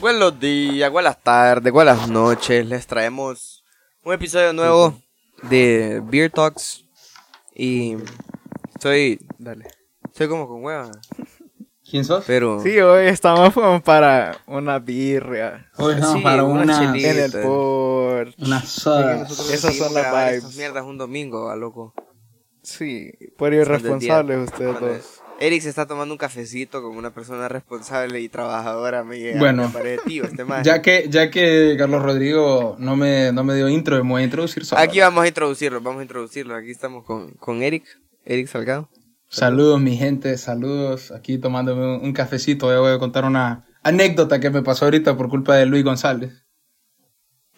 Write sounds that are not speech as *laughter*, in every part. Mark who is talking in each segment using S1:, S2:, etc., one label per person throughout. S1: Buenos días, buenas tardes, buenas noches. Les traemos un episodio nuevo de Beer Talks. Y estoy. Dale. Estoy como con hueva,
S2: ¿Quién sos?
S1: pero.
S3: Sí, hoy estamos como para una birria.
S2: Hoy estamos
S1: Sí,
S2: para
S1: una
S2: una,
S1: chelita.
S3: En el port.
S2: una soda.
S1: nosotros
S3: Esas
S1: decidimos
S3: son las
S1: grabar estas
S3: vibes.
S1: mierdas un domingo, a loco.
S3: Sí, por
S1: Son
S3: irresponsables
S1: del
S3: ustedes
S1: día.
S3: dos.
S1: Eric se está tomando un cafecito como una persona responsable y trabajadora, amiga. me
S2: Bueno.
S1: parece, tío,
S2: *laughs*
S1: este man.
S2: Ya que, ya que Carlos Rodrigo no me, no me dio intro, me voy a introducir solo.
S1: Aquí vamos a introducirlo, vamos a introducirlo. Aquí estamos con, con Eric, Eric Salgado.
S2: Saludos, mi gente, saludos. Aquí tomándome un, un cafecito. Ya voy a contar una anécdota que me pasó ahorita por culpa de Luis González.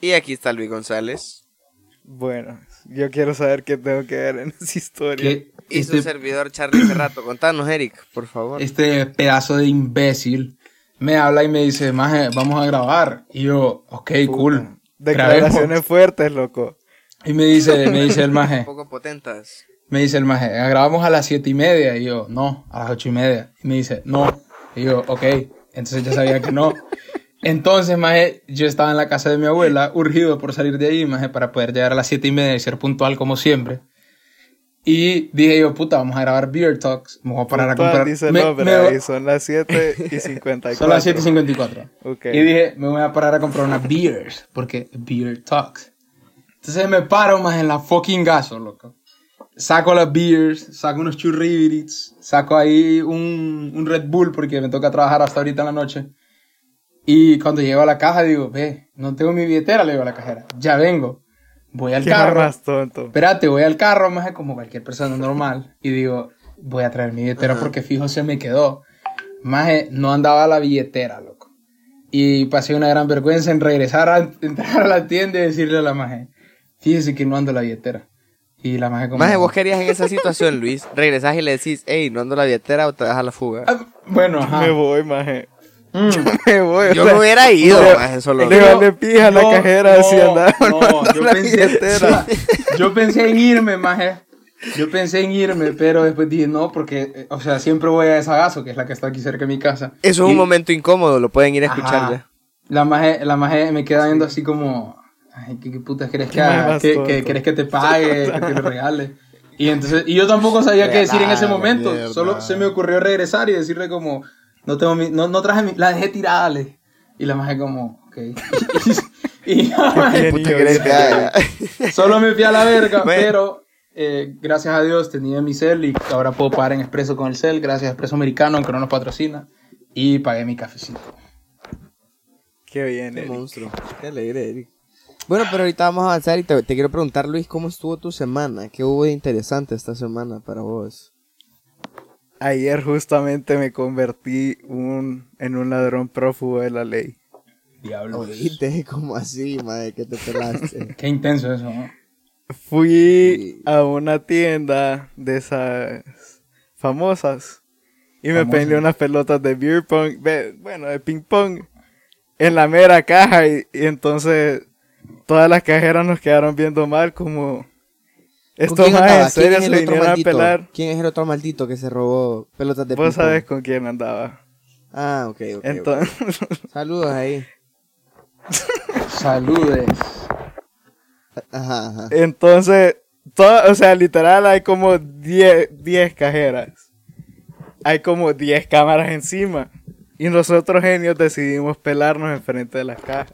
S1: Y aquí está Luis González.
S3: Bueno, yo quiero saber qué tengo que ver en esa historia.
S2: Que
S1: Y su
S2: este,
S1: servidor Charlie Cerrato. Contanos, Eric, por favor.
S2: este pedazo de imbécil me habla y me dice, Maje, vamos a grabar. Y yo, ok,
S3: Puta.
S2: cool.
S3: Declaraciones
S2: grabemos".
S3: fuertes, loco.
S2: Y me dice, me dice el maje.
S1: Un poco potentas.
S2: Me dice el maje, "Ah, grabamos a las siete y media. Y yo, no, a las ocho y media. Y me dice, no. Y yo, ok. Entonces ya sabía que no. Entonces, maje, yo estaba en la casa de mi abuela, urgido por salir de ahí, maje, para poder llegar a las siete y media y ser puntual como siempre. Y dije yo, puta, vamos a grabar Beer Talks. Me voy a parar a
S3: Puntual,
S2: comprar.
S3: dice el
S2: me-
S3: hombre,
S2: me-
S3: ahí son las 7
S1: *laughs*
S3: y 54.
S2: son las 7 y 54.
S3: Ok.
S2: Y dije, me voy a parar a comprar unas beers, porque beer talks. Entonces me paro más en la fucking gaso, loco. Saco las beers, saco unos churribrits, saco ahí un, un Red Bull porque me toca trabajar hasta ahorita en la noche. Y cuando llego a la caja digo, ve, no tengo mi billetera, le digo a la cajera, ya vengo. Voy al
S3: Qué
S2: carro,
S3: más tonto.
S2: espérate, voy al carro, más como cualquier persona normal, y digo, voy a traer mi billetera porque fijo se me quedó. Maje, no andaba la billetera, loco. Y pasé una gran vergüenza en regresar a *laughs* entrar a la tienda y decirle a la maje, fíjese que no ando la billetera. Y la maje como...
S1: Más de vos querías en esa situación, Luis. Regresás y le decís, hey, no ando la billetera o te das a la fuga.
S2: Ah, bueno, ajá.
S3: Me voy, maje.
S2: Mm.
S3: *laughs* Me voy.
S1: Yo me hubiera ido,
S3: le-
S1: maje, solo.
S3: Le
S2: Yo-
S3: vale pija a la cajera si andaba
S2: No, yo
S3: la
S2: pensé,
S3: billetera.
S2: yo pensé en irme, maje. Yo pensé en irme, pero después dije no, porque, eh, o sea, siempre voy a esa gaso, que es la que está aquí cerca de mi casa.
S1: Eso es
S2: Y-
S1: un momento incómodo, lo pueden ir a
S2: Ajá.
S1: escuchar ya.
S2: La maje, la maje me queda viendo así como, ay, ¿qué, qué putas crees que
S3: Qué
S2: haga?
S3: más
S2: ¿Qué-
S3: tonto.
S2: qué crees que te
S3: *laughs*
S2: pague? ¿Que te lo regale? Y entonces, y yo tampoco sabía qué decir en ese momento. Solo se me ocurrió regresar y decirle como, no tengo mi, no, no traje mi, la dejé tirada, le. Y la maje como, ok. *laughs* y la maje,
S3: Puta, ¿crees que haga?
S2: solo me fui a la verga,
S1: Bueno.
S2: pero eh, gracias a Dios tenía mi cel y ahora puedo pagar en expreso con el cel, gracias a expreso americano, aunque no nos patrocina. Y pagué mi cafecito.
S3: Qué
S1: *laughs*
S3: bien,
S1: Qué
S3: Eric.
S1: monstruo. Qué alegre, Eric. Bueno, pero ahorita vamos a avanzar y te, te quiero preguntar, Luis, ¿cómo estuvo tu semana? ¿Qué hubo de interesante esta semana para vos?
S3: Ayer justamente me convertí un, en un ladrón prófugo de la ley.
S2: Diablo.
S1: Oíste, *laughs* como así, madre, que te
S3: *laughs*
S1: pelaste.
S2: Qué intenso eso, ¿no?
S3: Fui a una tienda de esas famosas y me
S2: Famosas.
S3: peleé unas pelotas de beer pong, de- bueno, de ping pong, en la mera caja y, y entonces todas las cajeras nos quedaron viendo mal como...
S1: ¿Con
S3: Estos
S1: quién
S3: más
S1: andaba?
S3: en serio
S1: ¿Quién es
S3: se
S1: el otro
S3: vinieron a
S1: maldito?
S3: pelar.
S1: ¿Quién es el otro maldito que se robó pelotas de
S3: Vos
S1: ping-pong?
S3: sabés con quién andaba.
S1: Ah, ok, ok, ok.
S3: Entonces...
S1: Saludos ahí.
S2: Saludes.
S1: Ajá, ajá.
S3: Entonces, todo, o sea, literal hay como 10 10 cajeras. Hay como 10 cámaras encima. Y nosotros genios decidimos pelarnos enfrente de las cajas.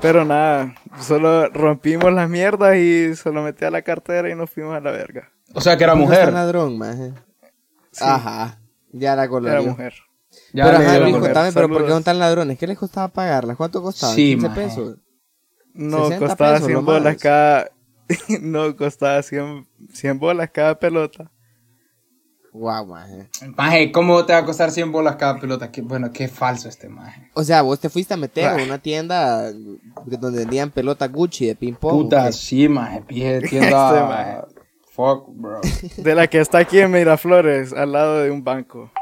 S3: Pero nada, solo rompimos las mierdas y se lo metí a la cartera y nos fuimos a la verga.
S2: O sea que era
S1: ¿Cómo está el
S2: mujer.
S1: ladrón, maje? Ajá. Ya la colorió.
S3: Era mujer.
S2: Ya
S1: pero
S2: le
S1: ajá, Luis,
S2: dieron
S3: mujer.
S2: cuenta.
S1: contame, pero ¿por qué
S3: Saludos.
S1: son tan ladrones? ¿Qué les costaba pagarlas? ¿Cuánto costaba?
S2: Sí,
S1: ¿15
S2: maje.
S1: pesos?
S3: No,
S1: 60
S3: costaba
S1: pesos
S3: 100
S1: nomás.
S3: bolas cada... *laughs* no, costaba 100, 100 bolas cada pelota.
S1: Guau, maje.
S2: Maje, ¿cómo te va a costar 100 bolas cada pelota? Qué- bueno, qué falso este maje.
S1: O sea, vos te fuiste a meter
S3: Ah.
S1: a una tienda donde vendían pelota Gucci de ping-pong.
S2: Puta, sí, maje. Pije
S1: *laughs*
S2: de
S3: Este
S2: tienda.
S3: maje.
S2: Fuck, bro.
S3: De la que está aquí en Miraflores, al lado de un banco.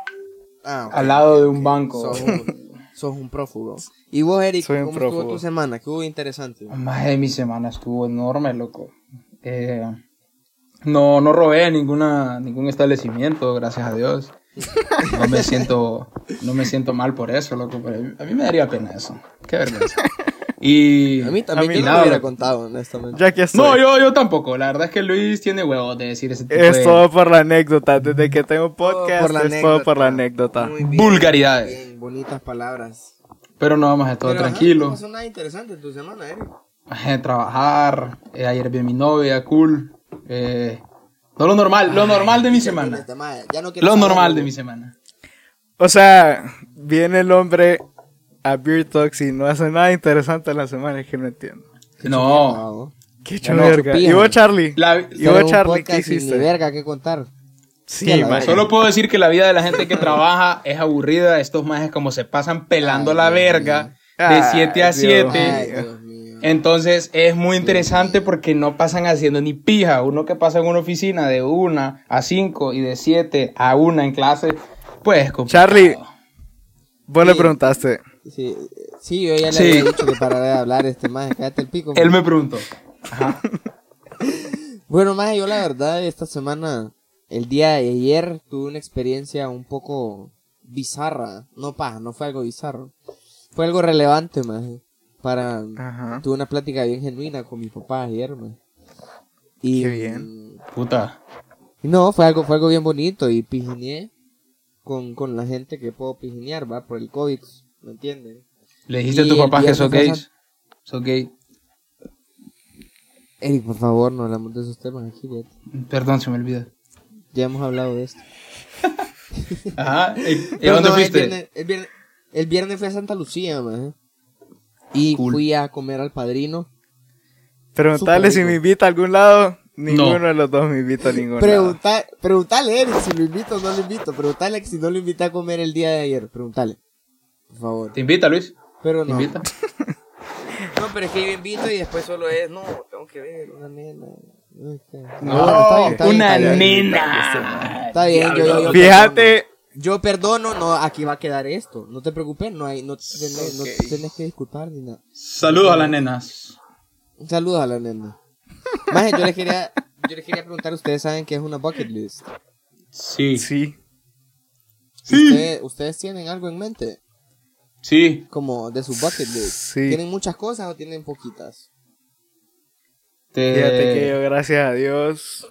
S1: Ah, ok.
S2: Al lado de un banco.
S1: Sos un, sos un prófugo. ¿Y vos, Eric,
S3: Soy un
S1: cómo estuvo
S3: prófugo.
S1: tu semana? ¿Qué hubo interesante?
S2: Maje, mi semana estuvo enorme, loco. Eh, no, no robé ninguna, ningún establecimiento, gracias a Dios. No me siento, no me siento mal por eso, loco. Pero a mí me daría pena eso.
S1: *laughs*
S2: Qué vergüenza. Y.
S1: A mí también
S3: A
S1: yo
S3: mí
S1: no
S2: nada,
S1: lo hubiera
S2: loco.
S1: contado, honestamente.
S3: Ya que estoy.
S2: No, yo, yo tampoco. La verdad es que Luis tiene huevos de decir ese tipo
S3: Es
S2: de
S3: todo por la anécdota. Desde que tengo
S1: Todo
S3: podcast,
S1: por la
S3: es todo por la
S1: anécdota.
S3: anécdota.
S1: Muy bien,
S2: vulgaridades.
S1: bien, bonitas palabras.
S2: Pero no vamos a estar
S1: Pero, ajá,
S2: tranquilos.
S1: no pasó nada interesante en tu semana, Eric.
S2: Ajá, trabajar. eh, ayer vi a mi novia, cool. Eh, no lo normal, lo normal de mi semana.
S1: Este, mae, ya no quiero
S2: Lo
S1: saber,
S2: normal de
S1: güey.
S2: mi semana.
S3: O sea, viene el hombre a Beer Talks y no hace nada interesante en la semana. Es que no entiendo.
S1: Este
S3: Ah,
S2: No.
S3: Qué hecho
S1: Bueno,
S3: verga.
S1: supía.
S3: ¿Y vos, Charlie?
S2: La-
S3: ¿Y vos,
S1: Pero este un
S3: Charlie, qué
S1: podcast sin ni
S3: hiciste?
S1: verga que contar.
S3: Sí,
S1: ni verga.
S3: man.
S2: Solo puedo decir que la vida de la gente que trabaja es aburrida. Estos majes como se pasan pelando la verga de
S3: Ay,
S2: 7 a
S3: Dios.
S2: 7.
S1: Ay, Dios mío.
S2: Entonces es muy interesante porque no pasan haciendo ni pija. Uno que pasa en una oficina de 1 a 5 y de 7 a 1 en clase, pues es complicado.
S3: Charlie, vos le preguntaste.
S1: Sí, sí, yo ya le
S2: Sí.
S1: había dicho que parara de hablar este más, cállate el pico.
S2: Él me preguntó.
S1: Bueno, más yo la verdad esta semana, el día de ayer tuve una experiencia un poco bizarra. No paja, no fue algo bizarro. Fue algo relevante, más. Para
S3: Ajá.
S1: tuve una plática bien genuina con mi papá ayer, más. Y
S3: Qué bien.
S2: Puta.
S1: y No, fue algo fue algo bien bonito y pijineé con, con la gente que puedo pijinear, va, por el COVID, ¿me entienden?
S2: ¿Le dijiste a
S1: Y
S2: tus
S1: el
S2: papás que sos
S1: viernes
S2: gay?
S1: pasan-
S2: Sos gay.
S1: Eric, por favor, no hablamos de esos temas aquí, ya,
S2: Perdón, se me olvidó.
S1: ya hemos hablado de esto.
S2: Ajá. ¿Y
S1: Pero
S2: dónde
S1: no, El
S2: fuiste?
S1: viernes, el, viernes, el viernes fui a Santa Lucía, maje. Y
S2: Ah, Cool.
S1: fui a comer al padrino.
S3: Preguntarle
S1: Súper
S3: si
S1: rico.
S3: me invita a algún lado. Ninguno
S2: No.
S3: de los dos me invita a ningún lado.
S1: Pregunta, preguntale, Eric, si lo invito o no lo invito. Preguntale si no lo invité a comer el día de ayer. Preguntale. Por favor.
S2: ¿Te invita, Luis?
S1: Pero
S2: ¿Te
S1: no.
S2: invita?
S1: No, pero es que yo invito y después solo es, no, tengo que ver una nena. este. No,
S2: Oh, una
S1: Está,
S2: nena.
S1: bien, yo, yo, yo
S3: Fíjate,
S1: perdono. Yo perdono, no, aquí va a quedar esto. No te preocupes, no hay, no, te tenés- no te tenés que disculpar ni nada.
S2: Saludos a las nenas.
S1: Un saludo a la nena. Maje, yo les quería, yo les quería preguntar, ustedes saben qué es una bucket list.
S2: Sí.
S3: sí.
S1: ¿Ustedes, ustedes tienen algo en mente,
S2: Sí.
S1: como de su bucket list.
S3: Sí.
S1: ¿Tienen muchas cosas o tienen poquitas?
S2: Te-
S3: Fíjate
S2: Eh.
S3: que yo, gracias a Dios,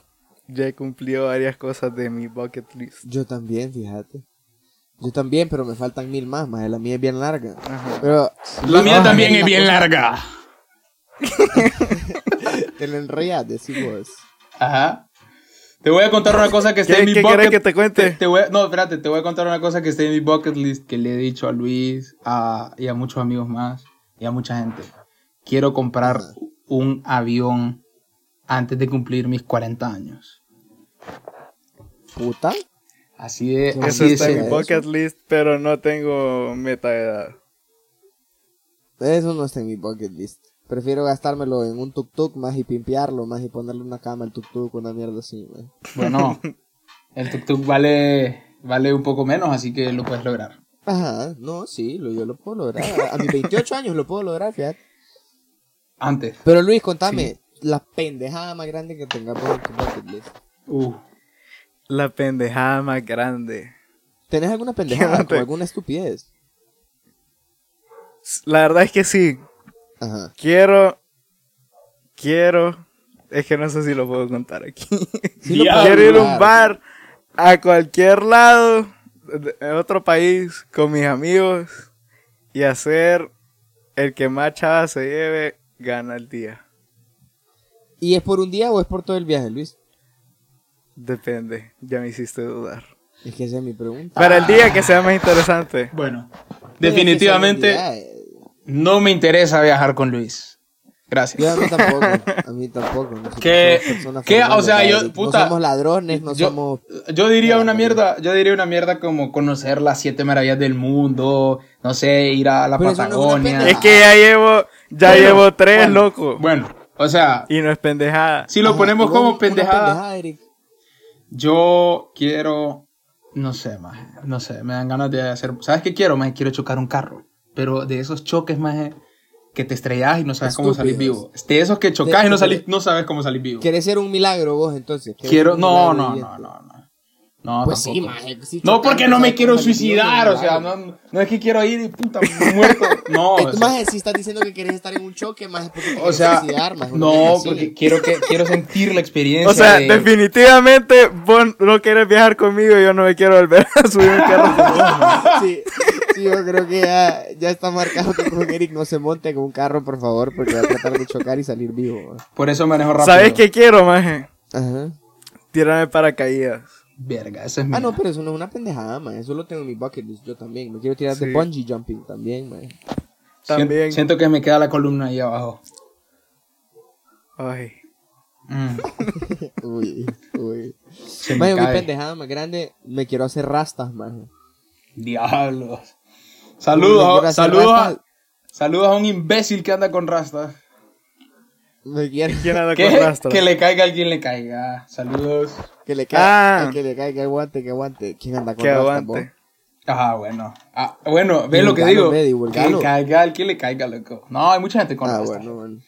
S3: ya he cumplido varias cosas de mi bucket list.
S1: Yo también, fíjate. Yo también, pero me faltan mil más, maje. La mía es bien larga.
S3: Ajá.
S1: Pero
S2: La mía
S1: Ah,
S2: también es
S1: la
S2: bien
S1: cosa-
S2: larga.
S1: Te la enreas, decís vos.
S2: Ajá. Te voy a contar una cosa que está
S3: ¿Qué-
S2: en mi
S3: qué
S2: bucket
S3: querés que te cuente?
S2: te voy a- no, espérate, te voy a contar una cosa que está en mi bucket list que le he dicho a Luis a- y a muchos amigos más y a mucha gente. Quiero comprar un avión antes de cumplir mis 40 años.
S1: Puta.
S2: Así de,
S1: Eso
S3: Eso
S2: así de
S3: está en
S2: serio.
S3: mi
S1: eh, eso.
S3: bucket list, pero no tengo meta de edad.
S1: Eso no está en mi bucket list. Prefiero gastármelo en un tuk-tuk más y pimpearlo más y ponerle una cama al tuk-tuk, una mierda así, maje.
S3: *laughs*
S2: Bueno, el tuk-tuk vale, vale un poco menos, así que lo puedes lograr.
S1: Ajá, no, sí, lo, yo lo puedo lograr. A mis 28 años lo puedo lograr, fíjate.
S2: Antes.
S1: Pero Luis, contame, la pendejada más grande que tengamos en tu bucket list.
S2: Uh.
S3: La pendejada más grande.
S1: ¿Tenés alguna pendejada,
S3: no te-
S1: como alguna estupidez?
S3: La verdad es que sí.
S1: Ajá.
S3: Quiero. Quiero. Es que no sé si lo puedo contar aquí.
S1: *laughs* Sí lo
S2: Diablo.
S1: puedo
S3: quiero ir a un
S1: lograr.
S3: bar a cualquier lado, de- en otro país, con mis amigos y hacer el que más chava se lleve gana el día.
S1: ¿Y es por un día o es por todo el viaje, Luis?
S3: Depende, ya me hiciste dudar.
S1: Es que esa es mi pregunta.
S3: Para el día que sea más interesante.
S2: Bueno,
S1: Pero es que esa es mi idea,
S2: definitivamente
S1: eh.
S2: no me interesa viajar con Luis. Gracias.
S1: Yo a mí tampoco, a mí tampoco. Nosotros
S2: ¿Qué?
S1: somos personas
S2: ¿Qué?
S1: formales,
S2: O sea, yo-
S1: Eric.
S2: puta.
S1: No somos ladrones, no
S2: yo,
S1: somos...
S2: yo diría una mierda, yo diría una mierda como conocer las siete maravillas del mundo, no sé, ir a la
S1: Pero eso no es una
S2: Patagonia.
S1: pena.
S3: Es que ya llevo, ya
S2: Bueno,
S3: llevo tres,
S2: bueno,
S3: loco.
S2: Bueno, o sea,
S3: Y no es pendejada.
S2: si lo
S1: Ajá,
S2: ponemos
S1: y vos,
S2: como
S1: Ah, una
S2: pendejada,
S1: Eric.
S2: yo quiero, no sé, más, no sé, me dan ganas de hacer, ¿sabes qué quiero? Más quiero chocar un carro, pero de esos choques más que te estrellas y no sabes cómo salir vivo,
S1: Estúpidos.
S2: de esos que chocas y no
S1: Estúpidos.
S2: salís, no sabes cómo salir vivo.
S1: ¿Querés ser un milagro vos entonces? ¿Querés
S2: Quiero,
S1: ser un
S2: no,
S1: milagro
S2: no,
S1: y
S2: no,
S1: esto?
S2: no, no. No,
S1: Pues sí,
S2: tampoco.
S1: maje, sí,
S2: No,
S1: chocando,
S2: porque no me
S1: ¿sabes?
S2: quiero
S1: Como el video,
S2: suicidar, o sea,
S1: claro.
S2: no, no es que quiero ir y puta,
S1: *laughs*
S2: muerto. No,
S1: Eh,
S2: o
S1: tú,
S2: sea,
S1: maje, si estás diciendo que quieres estar en un choque, maje, porque te
S2: o
S1: quieres
S2: sea,
S1: suicidar, maje, una
S2: no,
S1: cosa así.
S2: porque quiero, que, quiero sentir la experiencia.
S3: O sea,
S2: de-
S3: definitivamente vos no querés viajar conmigo y yo no me quiero volver a subir un carro con vos.
S1: *laughs* Sí, sí, yo creo que ya, ya está marcado que con Eric no se monte con un carro, por favor, porque va a tratar de chocar y salir vivo. maje.
S2: Por eso manejo rápido.
S3: ¿Sabes qué quiero, maje?
S1: Ajá.
S3: Tirarme paracaídas.
S2: Verga, esa es mi.
S1: Ah, no, pero eso no es una pendejada, man. Eso lo tengo en mi bucket list. Yo también. Me quiero tirar
S3: Sí.
S1: de bungee jumping
S3: *laughs*
S1: también, man.
S2: Sien-
S3: También.
S2: Siento que me queda la columna ahí abajo.
S3: Ay.
S1: *laughs*
S2: Mm,
S1: Uy, uy.
S2: se me
S1: Man, mi
S2: cae.
S1: pendejada más grande. Me quiero hacer rastas, man.
S2: Diablos.
S1: Me
S2: Saludos,
S1: quiero
S2: a-
S1: hacer
S2: saludos, a-
S1: rastas.
S2: saludos a un imbécil que anda con rastas.
S1: Me quiero
S3: ¿Quién anda con
S2: Que, *laughs*
S3: rastro?
S2: que le caiga a quien le caiga. Saludos.
S1: *laughs* que le caiga.
S3: Ah.
S1: ay, Que le caiga, que aguante, que aguante. ¿Quién anda con
S3: Que
S1: rastas,
S3: aguante.
S1: vos?
S2: Ah, bueno. Ah, bueno, ve lo que
S1: Divulgalo,
S2: digo.
S1: ve,
S2: que
S1: divulgalo.
S2: le caiga al que le caiga, loco. No, hay mucha gente con
S1: Ah,
S2: rastas.
S1: bueno, man.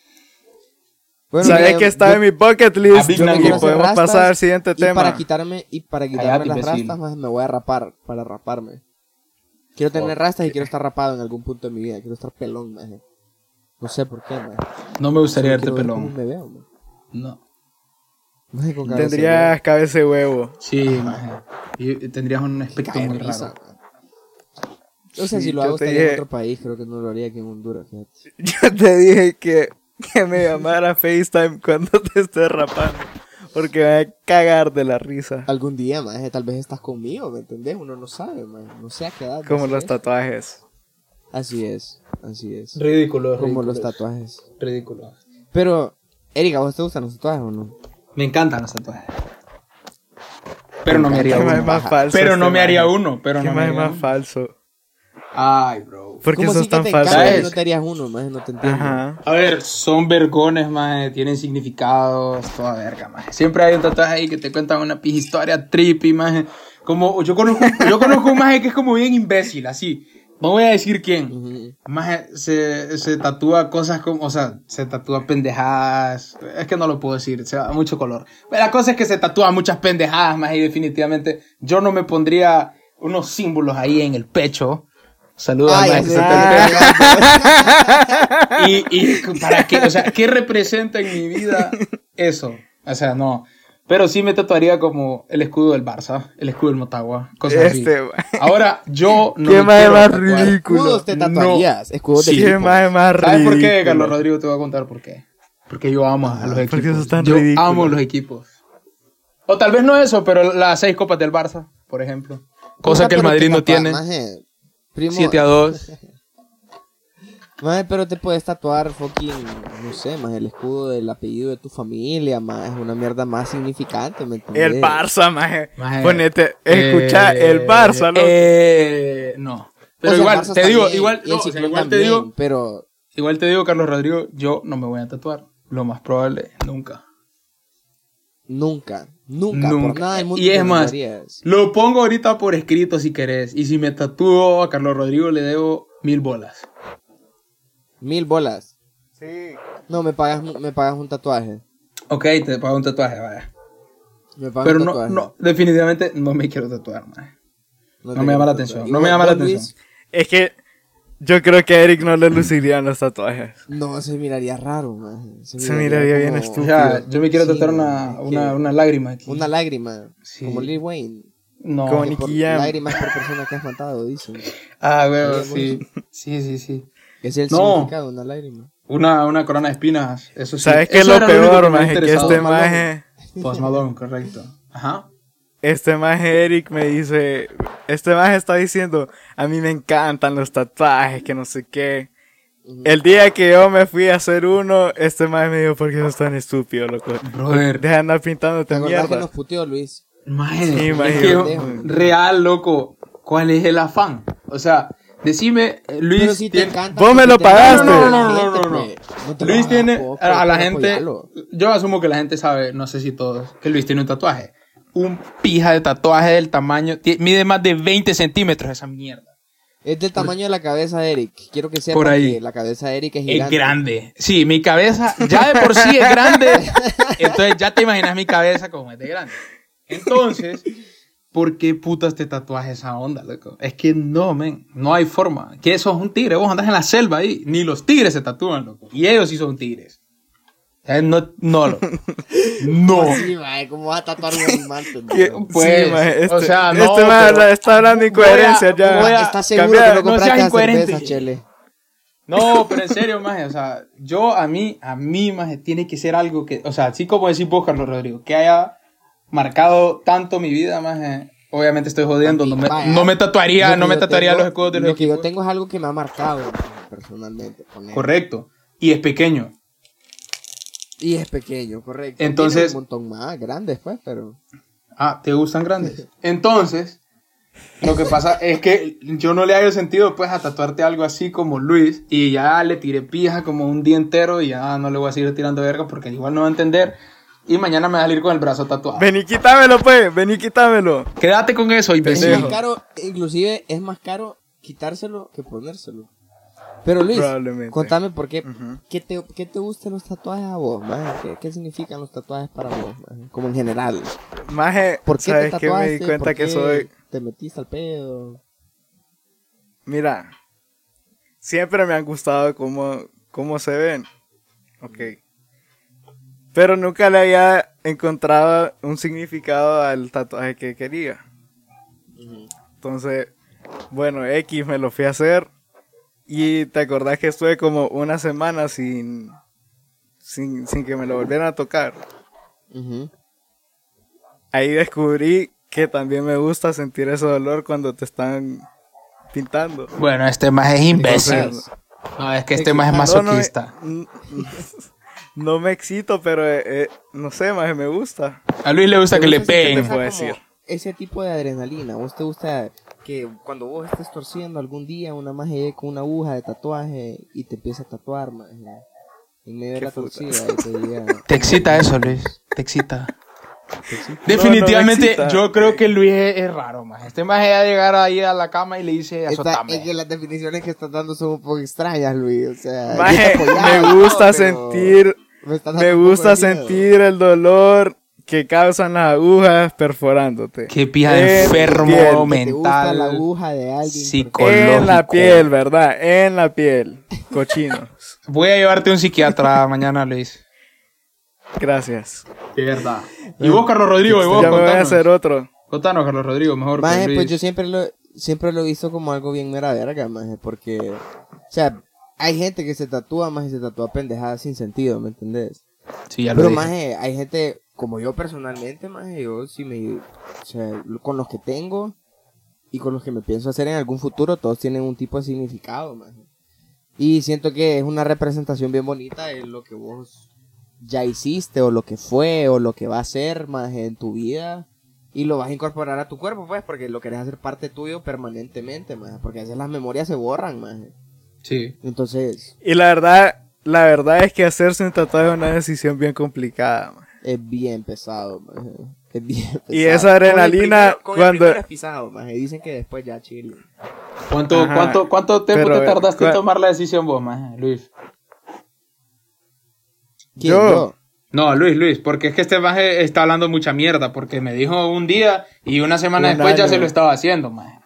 S1: Bueno, eh,
S3: ¿Sabes
S1: ya,
S3: que está
S1: yo-
S3: en mi bucket
S2: A
S3: list?
S2: Big
S3: Y
S1: yo me
S2: Nango.
S1: quiero
S3: podemos
S1: hacer rastas,
S3: pasar al siguiente
S1: y
S3: tema.
S1: Para quitarme, y para quitarme
S2: Cállate,
S1: las
S2: imbécil.
S1: rastas, man, me voy a rapar. Para raparme. Quiero tener rastas y quiero estar rapado en algún punto de mi vida. Quiero estar pelón, man. No sé por qué, man.
S2: No me gustaría verte
S1: Quiero ver cómo
S2: pelón.
S1: me veo, man.
S2: No.
S1: Maje, con cabeza,
S3: Tendrías cabeza de huevo. *laughs*
S2: Sí, maje. Y eh, tendrías un
S1: güey.
S2: aspecto
S1: Cae
S2: muy
S1: risa,
S2: raro.
S1: güey. O sea,
S3: Sí,
S1: si lo
S3: yo
S1: hago
S3: te
S1: estaría en
S3: dije-
S1: otro país, creo que no lo haría aquí en Honduras. fíjate.
S3: Yo te dije que, que me llamara FaceTime cuando te estés rapando. Porque me voy a cagar de la risa.
S1: Algún día, maje, tal vez estás conmigo, ¿me entendés? Uno no sabe, man. No sé a qué edad.
S3: Como
S1: así
S3: los
S1: es.
S3: tatuajes.
S1: Así es, así es.
S2: Ridículo,
S1: Como los tatuajes.
S2: Ridículo.
S1: Pero, Erika, ¿vos te gustan los tatuajes o no?
S2: Me encantan los tatuajes. Pero no me
S3: Qué
S2: haría
S1: Qué
S3: más,
S2: uno.
S1: mal-
S3: más
S1: baja.
S3: falso.
S2: Pero
S3: este
S2: no me
S3: man.
S2: haría uno. Pero
S3: Qué
S2: no me
S3: más,
S2: haría
S3: más
S2: uno.
S3: falso.
S2: Ay, bro.
S3: Porque
S1: ¿Cómo
S3: sos
S1: así que
S3: tan
S1: te
S3: falso.
S1: encantan y
S2: ¿Sabes?
S1: no te harías uno, maje? No te entiendo.
S3: Ajá.
S2: A ver, son vergones, maje, tienen significados, toda verga, maje. Siempre hay un tatuaje ahí que te cuentan una pija historia trippy, maje. Como, yo conozco, yo conozco un maje que es como bien imbécil, así. No voy a decir quién.
S1: Ujú.
S2: Maje, se, se tatúa cosas como, o sea, se tatúa pendejadas. Es que no lo puedo decir, se da mucho color. Pero la cosa es que se tatúa muchas pendejadas, maje, y definitivamente yo no me pondría unos símbolos ahí en el pecho. Saludos,
S1: Ay,
S2: maje,
S1: ya
S2: que
S1: sé.
S2: se tatúa- y, y para qué, o sea, ¿qué representa en mi vida eso? O sea, no. Pero sí me tatuaría como el escudo del Barça, el escudo del Motagua, cosas así.
S3: Este, man.
S2: Ahora,
S3: *laughs*
S2: yo no.
S3: Qué
S2: me
S3: madre
S2: quiero
S3: más
S2: tatuar.
S3: ridículo.
S1: Escudos te
S2: No.
S1: tatuarías. Escudos de
S2: Sí,
S3: Qué
S1: equipo.
S3: más, más
S2: ¿Sabes por qué,
S3: ridículo.
S2: Carlos Rodrigo? Te voy a contar por qué. Porque yo amo a los
S3: Ah, porque
S2: equipos.
S3: sos tan
S2: yo
S3: ridículo.
S2: amo los equipos. O tal vez no eso, pero las seis copas del Barça, por ejemplo. Cosa
S1: Puta,
S2: que el
S1: pero
S2: Madrid
S1: tu
S2: no
S1: papá,
S2: tiene.
S1: maje, primo,
S2: 7 a 2.
S1: Maje, pero te puedes tatuar fucking, no sé, más el escudo del apellido de tu familia, más una mierda más significante, ¿me entiendes?
S3: El Barça, maje.
S2: Maje,
S3: Ponete, escucha
S2: eh,
S3: el Barça, loco.
S2: eh, no.
S1: O
S2: Pero
S1: sea, Pues el
S2: igual,
S1: Barça
S2: te digo,
S1: también,
S2: igual,
S1: y el
S2: no, o sea,
S1: Ciclón
S2: igual te
S1: también,
S2: digo,
S1: Pero,
S2: igual te digo, Carlos Rodrigo, yo no me voy a tatuar. Lo más probable, nunca.
S1: nunca, nunca, por
S2: Nunca.
S1: nada del mundo
S2: Y es
S1: te
S2: más,
S1: tatuarías.
S2: Lo pongo ahorita por escrito si querés. Y si me tatúo a Carlos Rodrigo le debo mil bolas.
S1: Mil bolas.
S3: Sí.
S1: No, me pagas, me pagas un tatuaje.
S2: Ok, te pago un tatuaje, vaya.
S1: Me pagas
S2: Pero
S1: un
S2: no,
S1: tatuaje.
S2: no, definitivamente no me quiero tatuar, man.
S1: te
S2: no me
S1: quiero
S2: llama la
S1: tatuar.
S2: atención,
S1: ¿Y
S2: no me
S1: vos-
S2: llama la
S1: vos, Luis?
S2: atención.
S3: Es que yo creo que a Eric no le lucirían los tatuajes.
S1: No, se miraría raro, maje.
S3: Se miraría bien
S2: O
S3: estúpido.
S2: sea, yo me quiero
S1: Sí,
S2: tatuar
S1: es
S2: una,
S1: que-
S2: una, una lágrima aquí.
S1: Una lágrima,
S2: Sí.
S1: como Lil Wayne.
S2: No.
S3: Con-
S1: Que por
S3: Nicky Jam.
S1: lágrimas por persona que has matado, dicen.
S2: Ah, weón,
S1: Sí,
S2: sí. Sí, sí, sí.
S1: Es el
S2: No.
S1: significado de una lágrima.
S2: Una, una corona de espinas, eso sí.
S3: ¿Sabes qué es
S2: Eso
S3: lo
S2: era único
S3: peor,
S2: me ha
S3: maje? Que
S2: interesado.
S3: este
S1: Post Malone.
S3: maje,
S2: Post Malone, correcto. Ajá.
S3: este maje Eric me dice, este maje está diciendo, a mí me encantan los tatuajes, que no sé qué. El día que yo me fui a hacer uno, este maje me dijo, ¿por qué sos tan estúpido, loco?
S2: Brother.
S3: Deja de andar
S1: ¿Te
S3: pintándote
S1: acordás que
S3: mierda.
S1: nos puteó Luis?
S2: Eh, Maje,
S3: Sí,
S2: es
S3: maje.
S2: que yo- real, loco. ¿Cuál es el afán? O sea, decime, eh, Luis.
S1: Pero si te
S2: tiene-
S1: encanta.
S3: vos
S1: que
S3: me
S1: te
S3: lo
S1: te-
S3: pagaste.
S2: No, no, no, no, no, no.
S1: No te lo
S2: Luis
S1: hagas,
S2: tiene
S1: po, po,
S2: a, a la
S1: po,
S2: gente.
S1: apoyalo.
S2: Yo asumo que la gente sabe, no sé si todos, que Luis tiene un tatuaje. Un pija de tatuaje del tamaño. ti- Mide más de 20 centímetros esa mierda.
S1: Es del tamaño de la cabeza de Eric. Quiero que sepa
S2: Por ahí.
S1: que la cabeza de Eric es
S2: Es
S1: gigante.
S2: grande. Sí, mi cabeza ya de por sí es grande. Entonces ya te imaginas mi cabeza como es de grande. Entonces, ¿por qué putas te tatuas esa onda, loco? Es que no, men, no hay forma. Que eso es un tigre, vos andás en la selva ahí, ni los tigres se tatúan, loco. Y ellos sí son tigres. O sea, No,
S1: *laughs*
S2: no, loco. No.
S1: Pues Sí, mae, ¿cómo vas a tatuar un
S2: *laughs*
S1: animal?
S3: Que-
S1: pendejo?
S2: Pues,
S3: sí, maje, este,
S2: o sea, no,
S3: este maje
S2: pero-
S3: está hablando incoherencia
S2: Voy a-
S3: ya.
S2: voy a-
S1: ¿Estás seguro
S3: cambiar,
S1: que no
S2: no seas
S1: compraste
S2: incoherente.
S1: cerveza, Chele?
S2: No, pero en serio, maje, o sea, yo a mí, a mí, maje, tiene que ser algo que, o sea, así como decís vos, Carlos Rodrigo, que haya marcado tanto mi vida, maje, obviamente estoy jodiendo, no me,
S1: Vaya.
S2: no me
S1: Lo
S2: tatuaría,
S1: que
S2: no me
S1: yo
S2: tatuaría
S1: tengo-
S2: los escudos de
S1: Lo
S2: los
S1: que yo
S2: equipos.
S1: tengo es algo que me ha marcado, mae, personalmente. ponele.
S2: Correcto, y es pequeño.
S1: Y es pequeño, correcto.
S2: Entonces-
S1: Tiene un montón más grande pues, pero.
S2: Ah, ¿te
S1: *laughs*
S2: gustan grandes? Entonces, lo que pasa es que yo no le hallo sentido, pues, a tatuarte algo así como Luis, y ya le tiré pija como un día entero, y ya no le voy a seguir tirando verga, porque igual no va a entender, y mañana me va a salir con el brazo tatuado.
S3: Vení, quítamelo, pues. Vení, quítamelo.
S2: Quédate con eso,
S1: Es
S2: imbécil.
S3: Pendejo.
S1: más caro, inclusive es más caro quitárselo que ponérselo. Pero Luis,
S3: Probablemente.
S1: contame por qué,
S3: Ujú.
S1: qué, te, qué te gustan los tatuajes a vos, maje? ¿Qué, qué significan los tatuajes para vos, maje? como en general?
S3: Maje,
S1: ¿Por qué
S3: ¿sabes
S1: te
S3: qué me
S1: tatuaste?
S3: di cuenta
S1: ¿Por
S3: que
S1: qué
S3: soy?
S1: Te metiste al pedo.
S3: Mira, siempre me han gustado cómo, cómo se ven. Ok. Pero nunca le había encontrado un significado al tatuaje que quería. Entonces, bueno, X me lo fui a hacer. Y te acordás que estuve como una semana sin, sin, sin que me lo volvieran a tocar.
S1: Ujú.
S3: Ahí descubrí que también me gusta sentir ese dolor cuando te están pintando.
S2: Bueno, este más es imbécil.
S3: Entonces,
S2: No, es que este
S1: Ah,
S2: más es
S3: No, no,
S2: masoquista.
S3: n- *laughs* n- no me excito, pero eh, eh, no sé, más me gusta.
S2: A Luis le gusta que le
S1: gusta sentir
S2: peguen.
S1: esa
S3: puedo
S1: como-
S3: decir?
S1: Ese tipo de adrenalina, ¿vos te gusta que cuando vos estés torciendo algún día una maje llegue con una aguja de tatuaje y te empieza a tatuar, maje, en medio de
S3: Qué
S1: la
S3: puta.
S1: torcida y te diga,
S2: Te excita eso, Luis. Te
S3: *laughs*
S2: excita.
S3: No, no me
S2: Definitivamente,
S3: excita.
S2: yo creo que Luis es, es raro, más. Este más es a llegar ahí a la cama y le dice
S1: Esta-
S2: azotame.
S1: es que las definiciones que estás dando son un poco extrañas, Luis. O sea,
S3: Maje,
S1: yo Ah, te apoyaba,
S3: me gusta
S1: ¿no? Pero
S3: sentir,
S1: me, estás
S3: me
S1: dando un poco
S3: gusta
S1: de miedo.
S3: sentir el dolor que causan las agujas perforándote.
S2: Qué pija de
S3: En
S2: enfermo,
S3: piel.
S2: hombre.
S1: Que te gusta la
S2: mental,
S1: aguja de alguien.
S2: psico-
S3: En la
S2: Ecológico.
S3: piel, ¿verdad? En la piel. Cochinos.
S2: Voy a llevarte a un psiquiatra *laughs* mañana, Luis.
S3: Gracias.
S2: De verdad. Y vos, Carlos Rodrigo, y vos,
S3: ya me voy a hacer
S2: contanos.
S3: otro.
S2: Contanos, Carlos Rodrigo, mejor
S1: Maje,
S2: que Luis.
S1: pues yo siempre lo, siempre lo he visto como algo bien mera verga, maje, porque, o sea, hay gente que se tatúa, maje, y se tatúa pendejadas sin sentido, ¿me entendés?
S2: Sí, ya lo
S1: Pero,
S2: dije.
S1: maje, hay gente, como yo personalmente, maje, yo sí me, o sea, lo- con los que tengo y con los que me pienso hacer en algún futuro, todos tienen un tipo de significado, maje. Y siento que es una representación bien bonita de lo que vos ya hiciste, o lo que fue, o lo que va a ser, maje, en tu vida. Y lo vas a incorporar a tu cuerpo, pues, porque lo querés hacer parte tuyo permanentemente, maje. Porque a veces las memorias se borran, maje.
S2: Sí.
S1: Entonces,
S3: Y la verdad, la verdad es que hacerse un tatuaje es una decisión bien complicada. man.
S1: Es bien pesado, maje. Es bien pesado.
S3: Y esa adrenalina,
S1: Con el primero- con el
S3: cuando-
S1: primero es pisado, maje. Dicen que después ya chile.
S2: ¿Cuánto,
S3: Ajá.
S2: cuánto, cuánto tiempo
S3: Pero,
S2: te tardaste en
S3: ¿cuál?
S2: tomar la decisión vos, maje, Luis?
S1: ¿Quién,
S3: Yo.
S2: No, Luis, Luis, porque es que este maje está hablando mucha mierda, porque me dijo un día y una semana
S3: Un
S2: después ya
S3: año.
S2: se lo estaba haciendo, maje.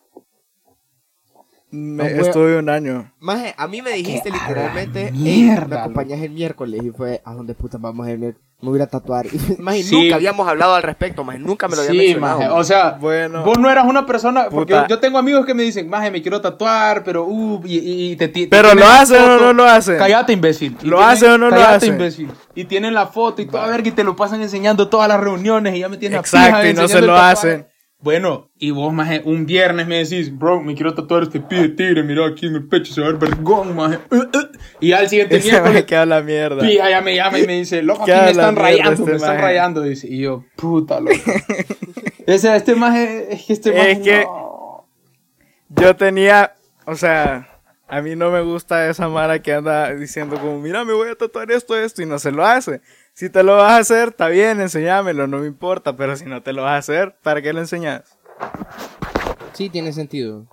S3: Me-
S1: No puedo-
S3: estuve un año.
S1: Maje, a mí me dijiste literalmente,
S2: mierda,
S1: "Ey, me acompañas el miércoles y fue, ¿a dónde puta vamos el miércoles? Me voy a ir a tatuar. *laughs* Y, maje,
S2: Sí.
S1: nunca habíamos hablado al respecto, maje, nunca me lo había
S2: Sí,
S1: mencionado.
S2: maje, o sea,
S3: Bueno.
S2: vos no eras una persona, porque
S3: Puta.
S2: yo tengo amigos que me dicen, maje, me quiero tatuar, pero, uh, y, y- y te, ti- te
S3: Pero
S2: tienen
S3: lo
S2: la
S3: hacen o
S2: foto.
S3: no lo hacen.
S2: Cállate, imbécil. Y
S3: ¿Lo
S2: tienen-
S3: hacen o no lo
S2: cállate,
S3: hacen?
S2: imbécil. Y tienen la foto y toda verga y te lo pasan enseñando todas las reuniones y ya me tienen la
S3: Exacto,
S2: pija
S3: y no
S2: enseñando
S3: se
S2: el
S3: lo
S2: tatuaje.
S3: hacen.
S2: Bueno, y vos, maje, un viernes me decís, bro, me quiero tatuar este pibe tigre, mira aquí en el pecho, se va a ver vergón, maje. Uh, uh. Y al siguiente
S3: Ese
S2: miércoles,
S3: maje que habla mierda.
S2: Pija ya me llama y me dice, loco, aquí
S3: Ya
S2: me
S3: la
S2: están
S3: mierda
S2: rayando,
S3: este
S2: me están
S3: maje.
S2: rayando. Dice, y yo, puta,
S3: *laughs*
S2: loco. o sea, este maje, es que este
S3: Es
S2: maje
S3: que-
S2: no.
S3: Yo tenía, o sea, a mí no me gusta esa mara que anda diciendo como, mira, me voy a tatuar esto, esto, y no se lo hace. Si te lo vas a hacer, está bien, enséñamelo, no me importa, pero si no te lo vas a hacer, ¿para qué lo enseñas?
S1: Sí, tiene sentido.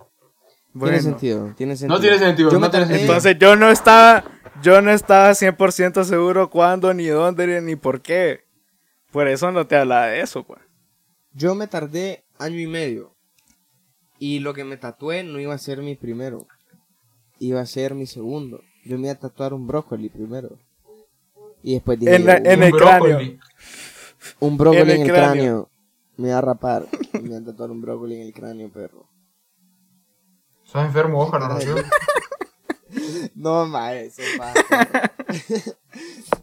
S3: Bueno,
S1: Tiene sentido, tiene sentido.
S2: tiene sentido,
S1: Yo
S2: no
S1: me
S2: tiene
S1: tardé-
S2: sentido.
S3: entonces yo no estaba, yo no estaba 100% seguro cuándo, ni dónde, ni por qué. Por eso no te hablaba de eso, pues.
S1: Yo me tardé año y medio. Y lo que me tatué no iba a ser mi primero. Iba a ser mi segundo. Yo me iba a tatuar un brócoli primero. Y después dije,
S3: En la-
S1: "Uh,
S3: en el cráneo.
S1: un brócoli
S3: en
S1: en
S3: el
S1: el, cráneo.
S3: cráneo.
S1: Me va a rapar. *laughs* y me va a tatuar un brócoli en el cráneo, perro.
S2: Estás enfermo, ojo, no Rocío.
S1: No, mae, eso es paja, *laughs* perro.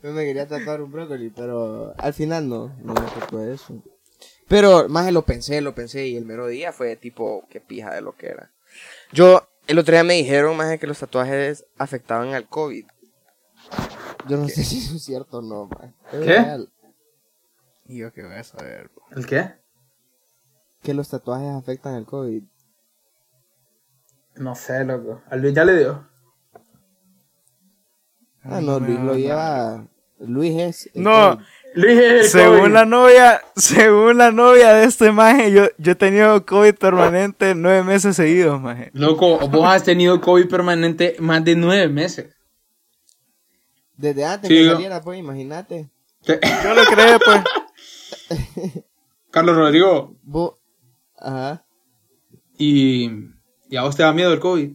S1: Yo me quería tatuar un brócoli, pero al final no, no me tocó eso. Pero más lo pensé, lo pensé y el mero día fue tipo, qué pija de lo que era. Yo, el otro día me dijeron más que los tatuajes afectaban al COVID. Yo no sé si eso es cierto o no, mae. Es
S2: ¿Qué?
S1: real
S3: Y yo qué voy a saber. pues? bro.
S2: ¿El qué?
S1: Que los tatuajes afectan al COVID.
S2: No sé, loco. ¿Al Luis ya le dio?
S1: Ah, no, Luis lo lleva. Luis es. el
S3: No,
S1: COVID.
S2: Luis es el COVID.
S3: según la novia, según la novia de este maje, yo, yo he tenido COVID permanente nueve meses seguidos, maje.
S2: Loco, vos has tenido COVID permanente más de nueve meses.
S1: Desde antes
S2: Sí,
S1: que
S2: yo-
S1: saliera, pues, imagínate.
S2: Te- *coughs*
S3: Yo lo creé,
S2: *laughs*
S3: pues.
S2: Carlos Rodrigo,
S1: Vos. Ajá.
S2: ¿y, ¿y a vos te da miedo el COVID?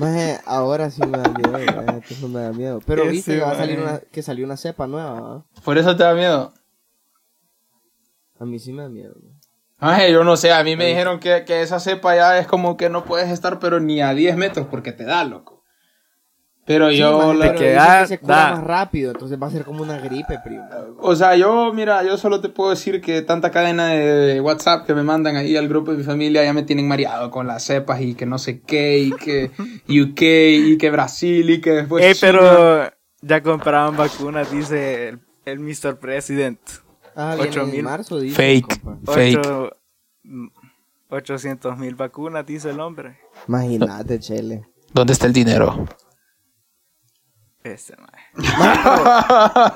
S1: Maje, ahora sí me da miedo, eh, antes no me da miedo. Pero
S3: Sí,
S1: viste
S3: sí,
S1: que, va a salir
S2: maje.
S1: una, que salió una cepa nueva, ¿va?
S2: ¿Por eso te da miedo?
S1: A mí sí me da miedo.
S2: Ay, yo no sé, a mí me dijeron que, que esa cepa ya es como que no puedes estar pero ni a 10 metros porque te da, loco. Pero
S1: Sí,
S2: yo,
S1: maje,
S2: la-
S1: pero
S3: que
S1: dicen
S3: da-
S1: se cura
S3: da.
S1: más rápido, entonces va a ser como una gripe, primo.
S2: o sea, yo, mira, yo solo te puedo decir que tanta cadena de, de WhatsApp que me mandan ahí al grupo de mi familia ya me tienen mareado con las cepas y que no sé qué, y *laughs* que UK, y que Brasil, y que después...
S3: Ey,
S2: China.
S3: pero ya compraban vacunas, dice el, el Mr. President.
S1: Ah, viene
S3: Ocho
S1: en
S3: mil.
S1: marzo, dice.
S2: Fake.
S1: compa.
S2: Fake.
S3: Ocho- 800 mil vacunas, dice el hombre.
S1: Imagínate, chele.
S2: ¿Dónde está el dinero?
S3: Este maje.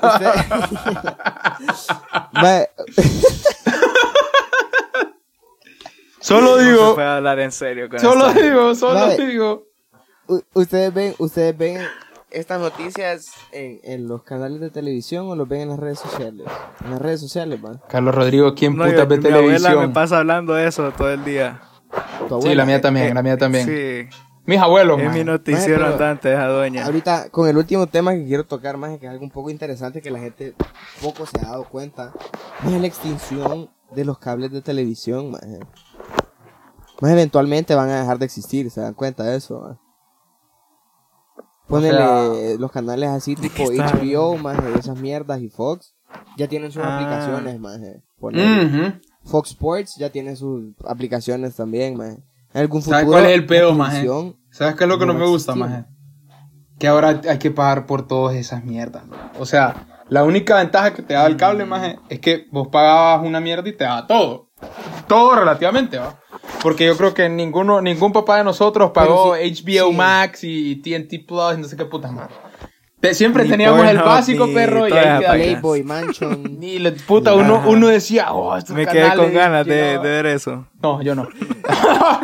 S1: Usted- *laughs* Maje,
S2: Solo
S3: No se
S2: digo,
S3: puede hablar en serio con
S2: solo *laughs*
S3: esta-
S2: digo, solo
S1: Vale.
S2: digo.
S1: U- ustedes ven, ustedes ven estas noticias en, en los canales de televisión o los ven en las redes sociales. En las redes sociales, va.
S2: Carlos Rodrigo, ¿quién
S3: No,
S2: puta
S3: yo-
S2: ve
S3: mi abuela me
S2: televisión?
S3: pasa hablando de eso todo el día. Eh,
S1: Tu
S2: Sí,
S1: abuela.
S2: la mía también, la mía también.
S3: Sí,
S2: Mis abuelos,
S3: es
S2: man.
S3: mi noticiero
S1: Maje, pero-
S3: andante, esa doña.
S1: Ahorita, con el último tema que quiero tocar más, que es algo un poco interesante que la gente poco se ha dado cuenta, es la extinción de los cables de televisión, más. eh. Más eventualmente van a dejar de existir, se dan cuenta de eso, maje? Ponele
S2: sea-
S1: los canales así tipo
S3: qué está-
S1: HBO, más esas mierdas y Fox, ya tienen sus
S3: Ah.
S1: aplicaciones, más. eh.
S2: Ujú.
S1: Fox Sports ya tiene sus aplicaciones también, maje. En algún futuro.
S2: ¿Sabes cuál es el pedo, eh?
S1: la
S2: maje?
S1: televisión-
S2: ¿Sabes qué es lo que no,
S1: no
S2: me gusta,
S1: existía.
S2: maje? Que ahora hay que pagar por todas esas mierdas. ¿no? O sea, la única ventaja que te da el cable, maje, es que vos pagabas una mierda y te daba todo. Todo relativamente, ¿va? Porque yo creo que ninguno, ningún papá de nosotros pagó
S1: sí-
S2: HBO
S1: sí.
S2: Max y TNT Plus, no sé qué putas más. Te- siempre
S3: Ni
S2: teníamos el
S3: Pornhub,
S2: básico,
S3: ni
S2: perro, y
S3: todas
S2: ahí
S3: esas
S2: quedaba.
S3: vainas.
S1: Playboy
S2: *laughs*
S1: Mansion.
S2: Ni la puta, uno,
S3: Ajá.
S2: uno decía, oh, estos
S3: Me quedé con
S2: canales
S3: ganas de, de
S2: llenaban".
S3: ver eso.
S2: No, yo no. *laughs*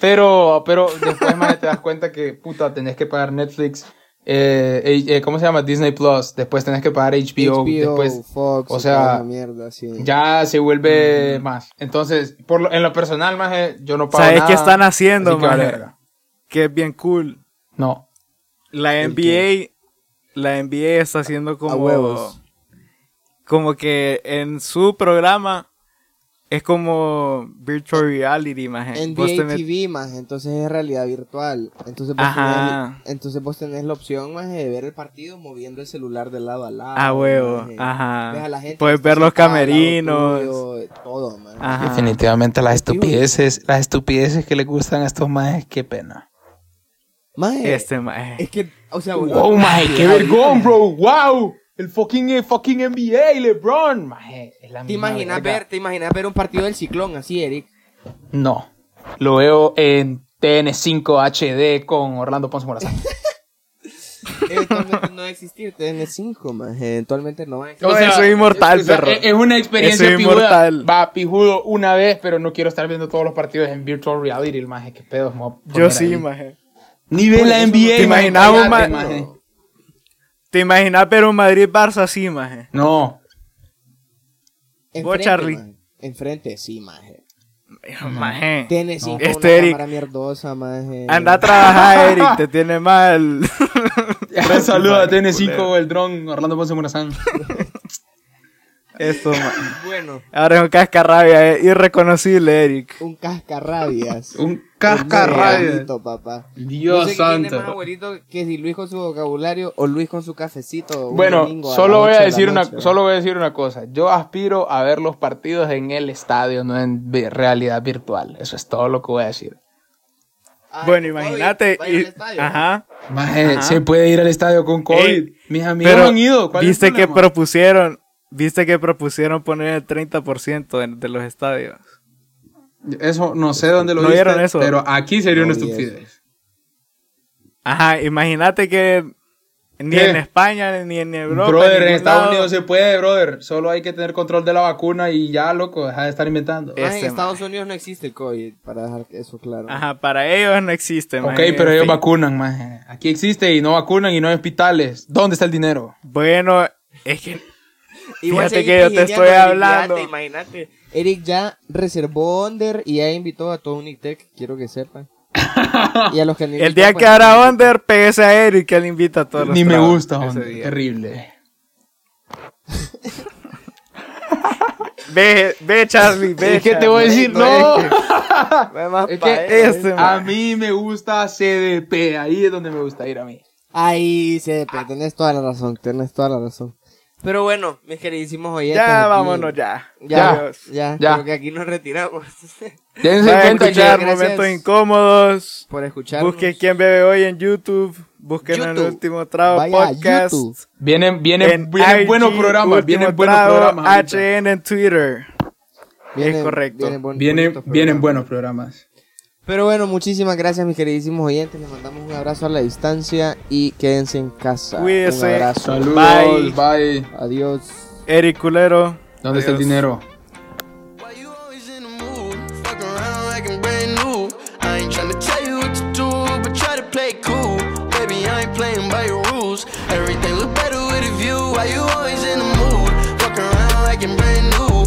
S2: pero, pero después, más te das cuenta que, puta, tenés que pagar Netflix, eh, eh, eh, ¿cómo se llama? Disney Plus, después tenés que pagar HBO, después...
S1: Fox, Mm.
S2: o
S1: o
S2: sea,
S1: sea, mierda, sí.
S2: Ya se vuelve más. Entonces, por lo- en lo personal, más yo no pago
S3: ¿Sabes
S2: nada.
S3: qué están haciendo,
S2: así que vale
S3: maje?
S2: verga.
S3: Que es bien cool.
S2: No.
S3: La
S1: ¿El
S3: NBA, la NBA está haciendo como...
S1: a huevos.
S3: Como que en su programa es como virtual reality, maje.
S1: NBA
S3: Vos te met-
S1: TV más, entonces es realidad virtual. Entonces vos,
S3: Ajá.
S1: tenés, entonces vos tenés la opción más de ver el partido moviendo el celular de lado a lado.
S3: A huevo,
S1: maje.
S3: ajá.
S1: Ves a la gente
S3: Puedes
S1: que está
S3: ver los
S1: sentada al lado
S3: camerinos. Ah,
S1: tuyo, todo, maje.
S3: Ajá.
S2: Definitivamente las estupideces, las estupideces que le gustan a estos majes, qué pena.
S1: Maje,
S3: Este maje.
S1: es que, o sea,
S2: Wow, maje, Oh, qué vergón, bro. Wow. El fucking, el fucking NBA, LeBron. Maje, es la
S1: Te
S2: misma
S1: imaginas
S2: verga.
S1: ver, te imaginas ver un partido del ciclón así, Eric.
S2: No. Lo veo en TN5 HD con Orlando Ponce
S3: *laughs*
S2: Morazán.
S1: Eventualmente no va a existir TN5, más. Eventualmente no va a existir.
S3: O sea, soy inmortal, perro.
S2: Es una experiencia
S3: Soy
S2: pijuda.
S3: inmortal.
S2: Va, pijudo una vez, pero no quiero estar viendo todos los partidos en virtual reality, el maje. Qué pedo. me voy a
S3: Yo
S2: poner
S3: sí,
S2: ahí. Pues,
S3: maje.
S2: Ni ve la
S1: Eso no-
S2: NBA.
S3: ¿Te
S2: maje,
S3: imaginabas un
S2: cállate,
S3: ma-
S2: maje.
S3: ¿Te imaginas pero un Madrid-Barça así, maje?
S2: No.
S3: Vos, Charlie.
S1: maje. Enfrente, sí, maje.
S3: Maje.
S1: Tiene cinco
S3: Este
S1: una
S3: Eric.
S1: cámara mierdosa, maje.
S3: Anda a trabajar, Eric, te tiene mal.
S2: *laughs* Saludos a
S3: madre,
S2: TN5,
S3: culero.
S2: el dron, Orlando Ponce Morazán.
S3: Eso, ma-
S1: Bueno,
S3: Ahora es un cascarrabia, es irreconocible, Eric.
S1: un cascarrabias.
S2: *laughs* Un
S1: Un
S2: cascarrabia.
S1: abuelito, papá.
S2: Dios
S1: no sé qué tiene más
S2: santo.
S1: abuelito que si Luis con su vocabulario o Luis con su cafecito. un
S2: Bueno,
S1: domingo las
S2: solo voy
S1: ocho
S2: a
S1: de
S2: decir
S1: la
S2: una,
S1: noche.
S2: solo voy a decir una cosa. Yo aspiro a ver los partidos en el estadio, no en vi- realidad virtual. Eso es todo lo que voy a decir.
S1: Ay,
S3: Bueno,
S1: COVID,
S3: imagínate.
S1: vaya al
S3: y-
S1: estadio.
S3: Ajá.
S2: Maje,
S3: Ajá.
S2: se puede ir al estadio con COVID.
S3: Ey,
S2: Mis amigos
S3: Pero
S2: han ido. ¿Cuál es el
S3: viste que
S2: problema?
S3: propusieron, viste que propusieron poner el 30% de, de los estadios.
S2: Eso no sé dónde lo
S3: ¿No
S2: viste,
S3: vieron eso?
S2: pero aquí sería
S1: No
S2: una
S1: vi
S2: estupidez.
S3: Ajá, imagínate que ni
S2: ¿Qué?
S3: en España, ni en Europa. ni
S2: Brother, en
S3: ningún
S2: Estados
S3: lado.
S2: Unidos se puede, brother. Solo hay que tener control de la vacuna y ya, loco, deja de estar inventando.
S1: Maje,
S3: Este,
S1: en Estados Unidos no existe el COVID, para dejar eso claro.
S3: Ajá, para ellos no existe.
S2: ok,
S3: maje,
S2: pero
S3: en
S2: ellos
S3: fin.
S2: vacunan, maje. Aquí existe y no vacunan y no hay hospitales. ¿Dónde está el dinero?
S3: Bueno, es que
S1: Igual
S3: Fíjate
S1: seguí
S3: que yo te
S1: pijineando,
S3: estoy
S1: Eric,
S3: hablando.
S1: fíjate, Imagínate. Eric ya reservó Onder y ya invitó a todo Unitec, quiero que
S3: *laughs*
S1: sepan. y a los que no
S3: el
S1: invitó,
S3: día
S1: pues,
S3: que habrá Onder, pégase a Eric que le invita a todos los
S2: Ni me
S3: tragos
S2: gusta,
S3: ese
S2: hombre.
S3: día.
S2: Terrible.
S3: Ve, ve, Charlie, ve.
S2: Es que te voy a decir, Ah, no. Es que
S3: este,
S2: a
S3: man.
S2: mí me gusta CDP. Ahí es donde me gusta ir a mí.
S1: Ay, CDP, tenés toda la razón, tenés toda la razón. Pero bueno, mis queridísimos oyentes.
S3: Ya,
S1: aquí-
S3: vámonos, ya.
S1: Ya,
S3: Adiós.
S1: ya,
S2: Ya.
S1: creo que aquí nos *laughs* retiramos.
S2: Dense
S3: Vayan a
S2: cuenta
S3: escuchar
S2: que...
S1: gracias.
S3: momentos incómodos.
S1: Por escucharnos.
S3: Busquen quién bebe hoy en YouTube. Busquen el
S1: YouTube.
S3: último trago
S1: Vaya a
S3: podcast.
S1: YouTube.
S2: Vienen, vienen,
S3: en
S2: vienen
S3: IG,
S2: buenos programas.
S3: Último
S2: Vienen buenos
S3: Trago,
S2: programas. ahorita.
S3: HN en Twitter. Es correcto.
S1: buen-
S2: Vienen,
S1: bonitos
S2: vienen
S1: programas.
S2: buenos programas.
S1: Pero bueno, muchísimas gracias, mis queridísimos oyentes. Les mandamos un abrazo a la distancia y quédense en casa.
S3: Cuídense.
S1: Un abrazo.
S2: Saludos, bye.
S1: Adiós.
S3: Eric Culero.
S2: ¿Dónde está el
S3: Adiós.
S2: dinero?
S4: Why you always in the mood? Fuck around like I'm brand new. I ain't tryna tell you what to do, but try to play it cool. Baby, I ain't playing by your rules. Everything look better with a view. Why you always in the mood? Fuck around like I'm brand new.